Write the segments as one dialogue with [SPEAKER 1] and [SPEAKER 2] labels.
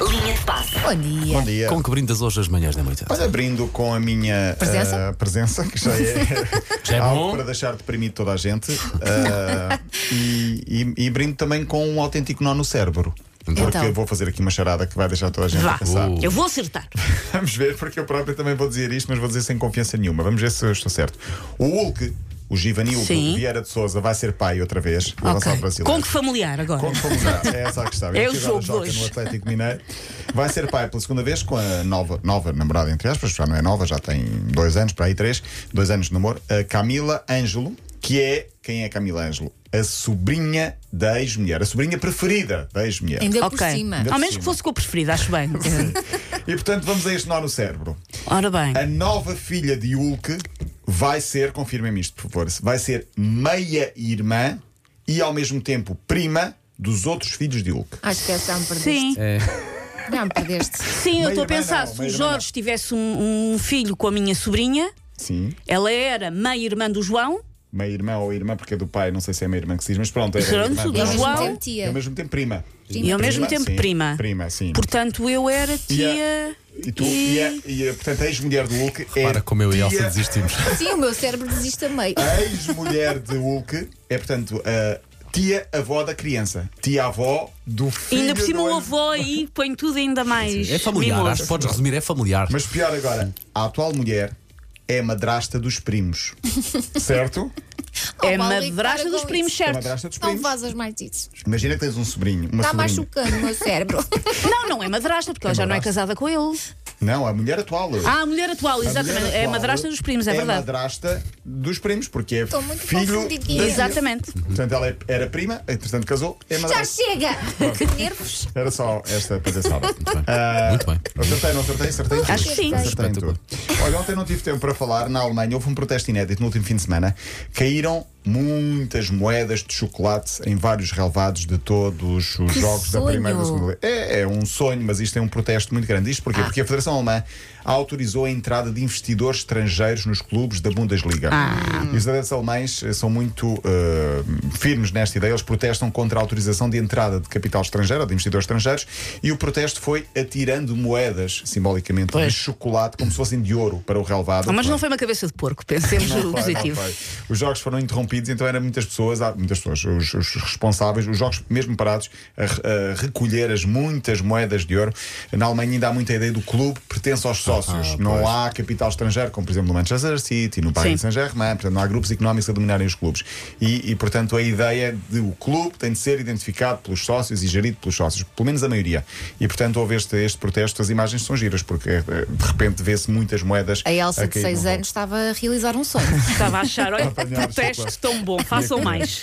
[SPEAKER 1] Linha de passe.
[SPEAKER 2] Bom dia.
[SPEAKER 3] Bom dia.
[SPEAKER 4] Com que brindas hoje as manhãs da noite?
[SPEAKER 3] Olha, brindo com a minha
[SPEAKER 2] Presença?
[SPEAKER 3] ah, presença, que já é,
[SPEAKER 4] Já é
[SPEAKER 3] algo
[SPEAKER 4] bom.
[SPEAKER 3] para deixar deprimido toda a gente. Ah, e, e- e brindo também com um autêntico nó no cérebro. Porque
[SPEAKER 2] Então.
[SPEAKER 3] eu vou fazer aqui uma charada que vai deixar toda a gente
[SPEAKER 2] Vá.
[SPEAKER 3] a pensar.
[SPEAKER 4] Uh.
[SPEAKER 2] Eu vou acertar.
[SPEAKER 3] Vamos ver, porque eu próprio também vou dizer isto, mas vou dizer sem confiança nenhuma. Vamos ver se eu estou certo. O Hulk, o Givanil
[SPEAKER 2] Sim.
[SPEAKER 3] Vieira de Souza, vai ser pai outra vez. Vou lançar o
[SPEAKER 2] Ok.
[SPEAKER 3] brasileiro.
[SPEAKER 2] Com que familiar agora?
[SPEAKER 3] Como fomos lá, é essa a questão.
[SPEAKER 2] É
[SPEAKER 3] Ele
[SPEAKER 2] o
[SPEAKER 3] que
[SPEAKER 2] jogo
[SPEAKER 3] agora joga
[SPEAKER 2] hoje.
[SPEAKER 3] no Atlético Mineiro. Vai ser pai pela segunda vez com a nova, nova namorada, entre aspas, já não é nova, já tem dois anos, para aí três, dois anos de namoro, a Camila Ângelo, que é. Quem é Camila Ângelo? A sobrinha da ex-mulher, a sobrinha preferida da ex-mulher.
[SPEAKER 5] Ainda
[SPEAKER 2] ok.
[SPEAKER 5] por cima.
[SPEAKER 3] Ainda
[SPEAKER 2] Ao
[SPEAKER 3] por
[SPEAKER 2] menos
[SPEAKER 3] cima.
[SPEAKER 2] que fosse com a preferida, acho bem.
[SPEAKER 3] E portanto, vamos a este nó no cérebro.
[SPEAKER 2] Ora bem.
[SPEAKER 3] A nova filha de Hulk vai ser, confirmem-me isto, por favor, vai ser meia-irmã e ao mesmo tempo prima dos outros filhos de Hulk.
[SPEAKER 5] Acho que essa me perdeste.
[SPEAKER 2] Sim,
[SPEAKER 5] Já me perdeste.
[SPEAKER 2] sim, eu estou a
[SPEAKER 3] Meia-irmã
[SPEAKER 2] pensar.
[SPEAKER 3] não,
[SPEAKER 2] se o
[SPEAKER 3] meia-irmã
[SPEAKER 2] Jorge tivesse um, um filho com a minha sobrinha,
[SPEAKER 3] Sim.
[SPEAKER 2] ela era meia-irmã do João,
[SPEAKER 3] meia irmã ou irmã, porque é do pai, não sei se é meia irmã que se diz, mas pronto, é
[SPEAKER 2] Pronto,
[SPEAKER 3] irmã,
[SPEAKER 2] do
[SPEAKER 3] E ao
[SPEAKER 2] João.
[SPEAKER 3] mesmo
[SPEAKER 5] Tempo
[SPEAKER 3] tempo,
[SPEAKER 5] tia.
[SPEAKER 3] e ao mesmo tempo prima.
[SPEAKER 2] e ao mesmo
[SPEAKER 3] Prima,
[SPEAKER 2] tempo
[SPEAKER 3] sim.
[SPEAKER 2] prima.
[SPEAKER 3] Prima, sim. é-
[SPEAKER 2] Portanto, eu era tia.
[SPEAKER 3] E tu, e, a, e a, portanto, a ex-mulher do Hulk é.
[SPEAKER 4] Para como eu e a Elsa
[SPEAKER 3] tia-
[SPEAKER 4] desistimos.
[SPEAKER 5] Sim, o meu cérebro desiste a meio.
[SPEAKER 3] A ex-mulher de Hulk é, portanto, a tia-avó da criança. Tia-avó do
[SPEAKER 2] E
[SPEAKER 3] filho.
[SPEAKER 2] ainda por cima
[SPEAKER 3] do
[SPEAKER 2] o
[SPEAKER 3] ex-
[SPEAKER 2] avô aí põe tudo ainda mais.
[SPEAKER 4] É familiar,
[SPEAKER 2] mimoso.
[SPEAKER 4] acho que podes resumir, é familiar.
[SPEAKER 3] Mas pior agora, a atual mulher é a madrasta dos primos. certo?
[SPEAKER 2] É
[SPEAKER 5] Oh, Paulo, e
[SPEAKER 2] madrasta
[SPEAKER 5] para
[SPEAKER 2] dos
[SPEAKER 5] com
[SPEAKER 2] primos,
[SPEAKER 3] É a
[SPEAKER 2] certo?
[SPEAKER 3] madrasta dos
[SPEAKER 5] Não
[SPEAKER 3] primos.
[SPEAKER 5] vazas mais disso.
[SPEAKER 3] Imagina que tens um sobrinho. Uma
[SPEAKER 5] Está
[SPEAKER 3] sobrinha.
[SPEAKER 5] machucando o meu cérebro.
[SPEAKER 2] Não, não é madrasta, porque ela já não é
[SPEAKER 3] madrasta.
[SPEAKER 2] casada com ele.
[SPEAKER 3] Não, a mulher atual.
[SPEAKER 2] Ah, a mulher atual,
[SPEAKER 3] A mulher
[SPEAKER 2] exatamente. é a
[SPEAKER 3] atual
[SPEAKER 2] madrasta dos primos, é,
[SPEAKER 3] É a
[SPEAKER 2] verdade.
[SPEAKER 3] madrasta dos primos, porque é
[SPEAKER 5] Estou muito
[SPEAKER 3] filho.
[SPEAKER 5] confundidinha.
[SPEAKER 3] da-
[SPEAKER 2] Exatamente.
[SPEAKER 3] Portanto, ela é- era prima, entretanto casou, é
[SPEAKER 5] Já
[SPEAKER 3] madrasta.
[SPEAKER 5] chega! Que nervos.
[SPEAKER 3] Era só esta presença.
[SPEAKER 4] Muito bem.
[SPEAKER 3] ah,
[SPEAKER 4] Muito bem.
[SPEAKER 3] Acertei, não acertei, acertei. em tudo.
[SPEAKER 2] Acho que sim.
[SPEAKER 3] Acertei em
[SPEAKER 4] Espetacular.
[SPEAKER 3] tudo. Olha, ontem não tive tempo para falar. Na Alemanha houve um protesto inédito no último fim de semana. Caíram muitas moedas de chocolate em vários relevados de todos os
[SPEAKER 5] Que
[SPEAKER 3] jogos da primeira e da
[SPEAKER 5] sonho.
[SPEAKER 3] segunda é, é um sonho, mas isto é um protesto muito grande. Isto
[SPEAKER 2] Ah.
[SPEAKER 3] porquê? Porque a Federação Alemã autorizou a entrada de investidores estrangeiros nos clubes da Bundesliga.
[SPEAKER 2] Ah.
[SPEAKER 3] E os adeptos alemães eh, são muito eh, firmes nesta ideia. Eles protestam contra a autorização de entrada de capital estrangeiro, ou de investidores estrangeiros, e o protesto foi atirando moedas, simbolicamente, de chocolate, como se fossem de ouro para o relevado.
[SPEAKER 2] Ah, Mas não foi uma cabeça de porco, pensemos
[SPEAKER 3] Não
[SPEAKER 2] no
[SPEAKER 3] foi, não
[SPEAKER 2] positivo.
[SPEAKER 3] foi. Os jogos foram interrompidos, então eram muitas pessoas, há muitas pessoas, os, os responsáveis, os jogos mesmo parados, a, re- a recolher as muitas moedas de ouro. Na Alemanha ainda há muita ideia do clube, pertence aos sócios. não há capital estrangeiro, como por exemplo no Manchester City, no Paris
[SPEAKER 2] Sim.
[SPEAKER 3] Saint-Germain, portanto não há grupos económicos a dominarem os clubes. E, e, portanto a ideia de o clube tem de ser identificado pelos sócios e gerido pelos sócios, pelo menos a maioria. E portanto houve este, este protesto, as imagens são giras, porque eh, de repente vê-se muitas moedas.
[SPEAKER 5] A Elsa de
[SPEAKER 3] cair no
[SPEAKER 5] 6
[SPEAKER 3] rolo.
[SPEAKER 5] anos estava a realizar um sonho.
[SPEAKER 2] Estava a achar, olha,
[SPEAKER 3] Apanhar
[SPEAKER 2] protestos
[SPEAKER 3] chocolate.
[SPEAKER 2] tão bom, façam mais.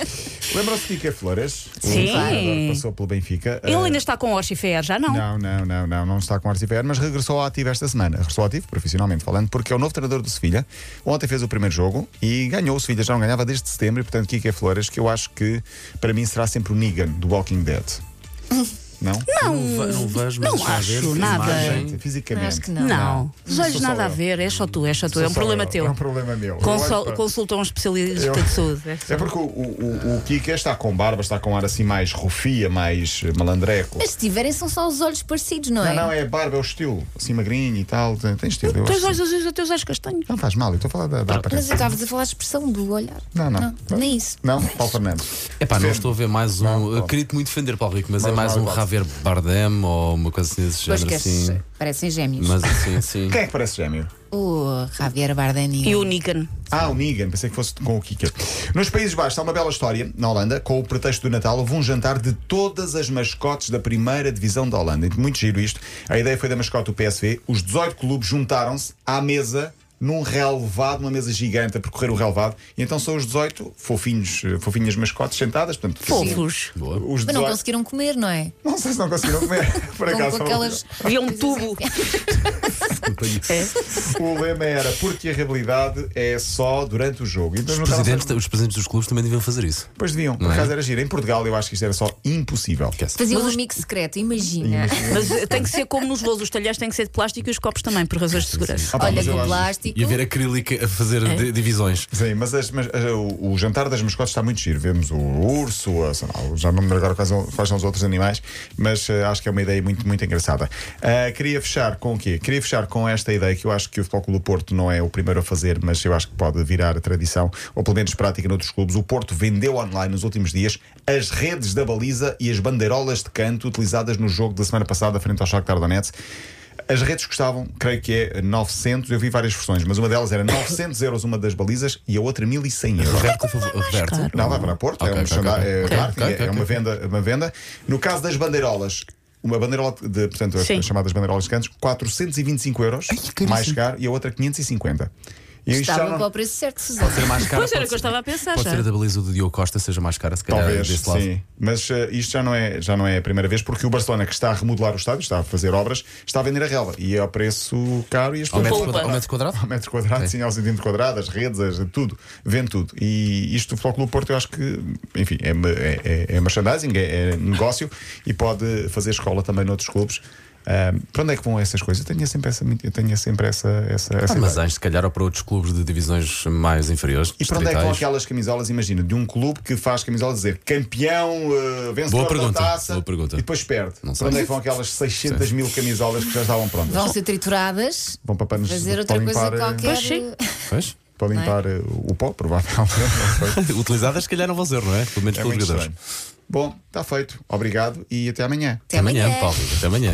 [SPEAKER 3] Lembram-se de Kika Flores?
[SPEAKER 2] Sim.
[SPEAKER 3] O jogador passou pelo Benfica.
[SPEAKER 2] Ele
[SPEAKER 3] Eh,
[SPEAKER 2] ainda está com o Orchifer, já não?
[SPEAKER 3] Não, não, não, não, não está com Arce Ferro, mas regressou ao ativo esta semana. Regressou ao ativo, profissionalmente falando, porque é o novo treinador do Sevilha. Ontem fez o primeiro jogo e ganhou. O Sevilha já não ganhava desde setembro, e portanto, Kika Flores, que eu acho que para mim será sempre o Negan do Walking Dead. Não?
[SPEAKER 4] Não, ve- não vejo, mas
[SPEAKER 2] não
[SPEAKER 3] é
[SPEAKER 4] está a ver,
[SPEAKER 2] acho
[SPEAKER 4] a
[SPEAKER 2] nada.
[SPEAKER 4] imagem.
[SPEAKER 3] Gente, fisicamente.
[SPEAKER 5] Acho que não.
[SPEAKER 2] Não, os olhos
[SPEAKER 3] Sou só
[SPEAKER 2] nada a
[SPEAKER 3] eu.
[SPEAKER 2] ver, é só tu, é só tu,
[SPEAKER 3] Sou
[SPEAKER 2] é um
[SPEAKER 3] só
[SPEAKER 2] problema
[SPEAKER 3] eu,
[SPEAKER 2] teu.
[SPEAKER 3] É um problema meu. Eu
[SPEAKER 2] Consul-
[SPEAKER 3] olho para-
[SPEAKER 2] Consulta um especialista
[SPEAKER 3] Eu-
[SPEAKER 2] de saúde.
[SPEAKER 3] É porque o, o, o Kika está com barba, está com ar assim mais rufia, mais eh, malandreco.
[SPEAKER 5] Mas se tiverem, são só os olhos parecidos, não é?
[SPEAKER 3] Não, não, é a barba, é o estilo. Assim magrinho e tal. Tem, tem estilo. eu
[SPEAKER 2] Teus
[SPEAKER 3] acho.
[SPEAKER 2] olhos azuis, teus olhos castanhos.
[SPEAKER 3] Não faz mal, eu estou a falar da, da
[SPEAKER 5] Então Mas é- eu
[SPEAKER 3] aparência.
[SPEAKER 5] estava a falar a expressão do olhar.
[SPEAKER 3] Não, não.
[SPEAKER 5] nem isso.
[SPEAKER 3] Não, Paulo Fernandes.
[SPEAKER 4] Epá, não
[SPEAKER 3] Defende.
[SPEAKER 4] estou a ver mais
[SPEAKER 3] Não,
[SPEAKER 4] um.
[SPEAKER 3] não.
[SPEAKER 4] eu Queria-te muito defender, Paulo Rico, mas é
[SPEAKER 3] Mas
[SPEAKER 4] mais
[SPEAKER 3] não,
[SPEAKER 4] um
[SPEAKER 3] eu gosto.
[SPEAKER 4] Javier Bardem ou uma coisa assim desse
[SPEAKER 5] Pois
[SPEAKER 4] género
[SPEAKER 5] que
[SPEAKER 4] assim.
[SPEAKER 5] parecem gêmeos.
[SPEAKER 4] Mas assim, assim.
[SPEAKER 3] Quem é que parece gêmeo?
[SPEAKER 5] O Javier Bardem
[SPEAKER 2] E o Nican.
[SPEAKER 3] Ah, o Negan, pensei que fosse com o Kika. Nos Países Baixos há uma bela história. Na Holanda, com o pretexto do Natal, houve um jantar de todas as mascotes da primeira divisão da Holanda. Então, Muito giro isto. A ideia foi da mascote do PSV. Os 18 clubes juntaram-se à mesa. Num relevado, uma mesa gigante a percorrer o relevado, e então são os 18 fofinhos, eh, fofinhas mascotes sentadas, portanto,
[SPEAKER 2] Fofos.
[SPEAKER 4] Boa.
[SPEAKER 3] os 18.
[SPEAKER 5] Mas não conseguiram comer, não é?
[SPEAKER 3] Não sei se não conseguiram comer. Por
[SPEAKER 5] Com,
[SPEAKER 3] acaso,
[SPEAKER 5] com aquelas.
[SPEAKER 2] Havia um tubo. É.
[SPEAKER 3] É. O lema era porque a realidade é só durante o jogo. Então, não
[SPEAKER 4] Os
[SPEAKER 3] estava-
[SPEAKER 4] presidentes, os presidentes dos clubes também deviam fazer isso.
[SPEAKER 3] Pois deviam. Por
[SPEAKER 4] Não é?
[SPEAKER 3] acaso era giro. Em Portugal eu acho que isto era só impossível.
[SPEAKER 5] Faziam um amigo secreto, imagina.
[SPEAKER 2] Mas eh, tem que ser como nos voos, os talheres têm que ser de plástico e os copos também, por razões de segurança.
[SPEAKER 3] Ah, pá,
[SPEAKER 5] Olha,
[SPEAKER 3] mas eu
[SPEAKER 5] com
[SPEAKER 3] acho-
[SPEAKER 5] plástico.
[SPEAKER 4] E haver acrílica a fazer
[SPEAKER 2] É.
[SPEAKER 4] di- divisões.
[SPEAKER 3] Sim, mas, as- mas, eh, o, o jantar das mascotes está muito giro. Vemos o urso, a- sei lá, já não me lembro agora quais, são- quais são os outros animais, mas eh, acho que é uma ideia muito, muito engraçada. Ah, queria fechar com o quê? Queria fechar com esta ideia que eu acho que o Futebol Clube do Porto não é o primeiro a fazer, mas eu acho que pode virar a tradição, ou pelo menos prática noutros clubes. O Porto vendeu online nos últimos dias as redes da baliza e as bandeirolas de canto utilizadas no jogo da semana passada frente ao Shakhtar Donetsk. As redes custavam, creio que é 900, eu vi várias versões, mas uma delas era 900 euros uma das balizas e a outra 1100 euros.
[SPEAKER 2] é
[SPEAKER 4] Roberto, por favor, Roberto.
[SPEAKER 2] caro?
[SPEAKER 3] Não, vai para a Porto,
[SPEAKER 4] Ok,
[SPEAKER 3] é, um
[SPEAKER 4] ok,
[SPEAKER 3] merchandising,
[SPEAKER 4] ok.
[SPEAKER 3] é
[SPEAKER 4] Ok,
[SPEAKER 3] marketing,
[SPEAKER 4] ok,
[SPEAKER 3] é
[SPEAKER 4] ok,
[SPEAKER 3] uma,
[SPEAKER 4] ok.
[SPEAKER 3] venda, uma venda. No caso das bandeirolas, uma bandeirola, de, portanto, as
[SPEAKER 2] Sim.
[SPEAKER 3] chamadas bandeirolas de cantos, 425 euros,
[SPEAKER 4] caríssimo.
[SPEAKER 3] mais caro, e a outra 550. E isto já
[SPEAKER 5] Estava um
[SPEAKER 3] não-
[SPEAKER 5] para o preço certo, Suzana.
[SPEAKER 4] Ser mais cara,
[SPEAKER 2] Pois era o
[SPEAKER 4] pode
[SPEAKER 2] que eu
[SPEAKER 4] ser-
[SPEAKER 2] estava a pensar
[SPEAKER 4] Pode
[SPEAKER 2] já.
[SPEAKER 4] ser a da baliza do Diogo Costa, seja mais cara, se calhar,
[SPEAKER 3] Talvez,
[SPEAKER 4] desse lado.
[SPEAKER 3] sim. Mas eh, isto já não, é, já não é a primeira vez, porque o Barcelona, que está a remodelar o estádio, está a fazer obras, está a vender a relva. E é a preço caro e as
[SPEAKER 4] Ao
[SPEAKER 3] pessoas
[SPEAKER 4] metro,
[SPEAKER 2] Poupa.
[SPEAKER 4] quadra- ao metro quadrado?
[SPEAKER 3] ao metro quadrado, sim, ao centímetro quadrado, as redes, as- tudo, vende tudo. E isto do Futebol Clube do Porto, eu acho que, enfim, é, me- é, é- é merchandising, é, é negócio e pode fazer escola também noutros clubes. Ahm, para onde é que vão essas coisas? Eu tenho sempre essa, eu tenho sempre essa, essa, essa ideia.
[SPEAKER 4] Armazéns, se calhar, ou para outros clubes de divisões mais inferiores.
[SPEAKER 3] E para onde é que vão
[SPEAKER 4] distritais.
[SPEAKER 3] aquelas camisolas, imagina, de um clube que faz camisolas dizer campeão, eh, vencedor
[SPEAKER 4] Boa pergunta,
[SPEAKER 3] da taça
[SPEAKER 4] boa pergunta.
[SPEAKER 3] e depois perde.
[SPEAKER 4] Não
[SPEAKER 3] para
[SPEAKER 4] sei.
[SPEAKER 3] onde é que vão aquelas 600 mil camisolas que já estavam prontas?
[SPEAKER 5] Vão ser trituradas,
[SPEAKER 3] Vão para panos
[SPEAKER 5] fazer
[SPEAKER 3] para
[SPEAKER 5] outra coisa
[SPEAKER 3] limpar, eh,
[SPEAKER 5] qualquer. é?
[SPEAKER 2] Pois sim.
[SPEAKER 4] Pois?
[SPEAKER 3] Para limpar eh, o pó, provavelmente. Não sei.
[SPEAKER 4] Utilizadas, se calhar, não vão ser, não é? Pelo menos
[SPEAKER 3] É
[SPEAKER 4] pelos
[SPEAKER 3] muito
[SPEAKER 4] jogadores.
[SPEAKER 3] estranho. Bom, está feito. Obrigado e até amanhã.
[SPEAKER 5] Até amanhã.
[SPEAKER 4] Paulo. Até amanhã.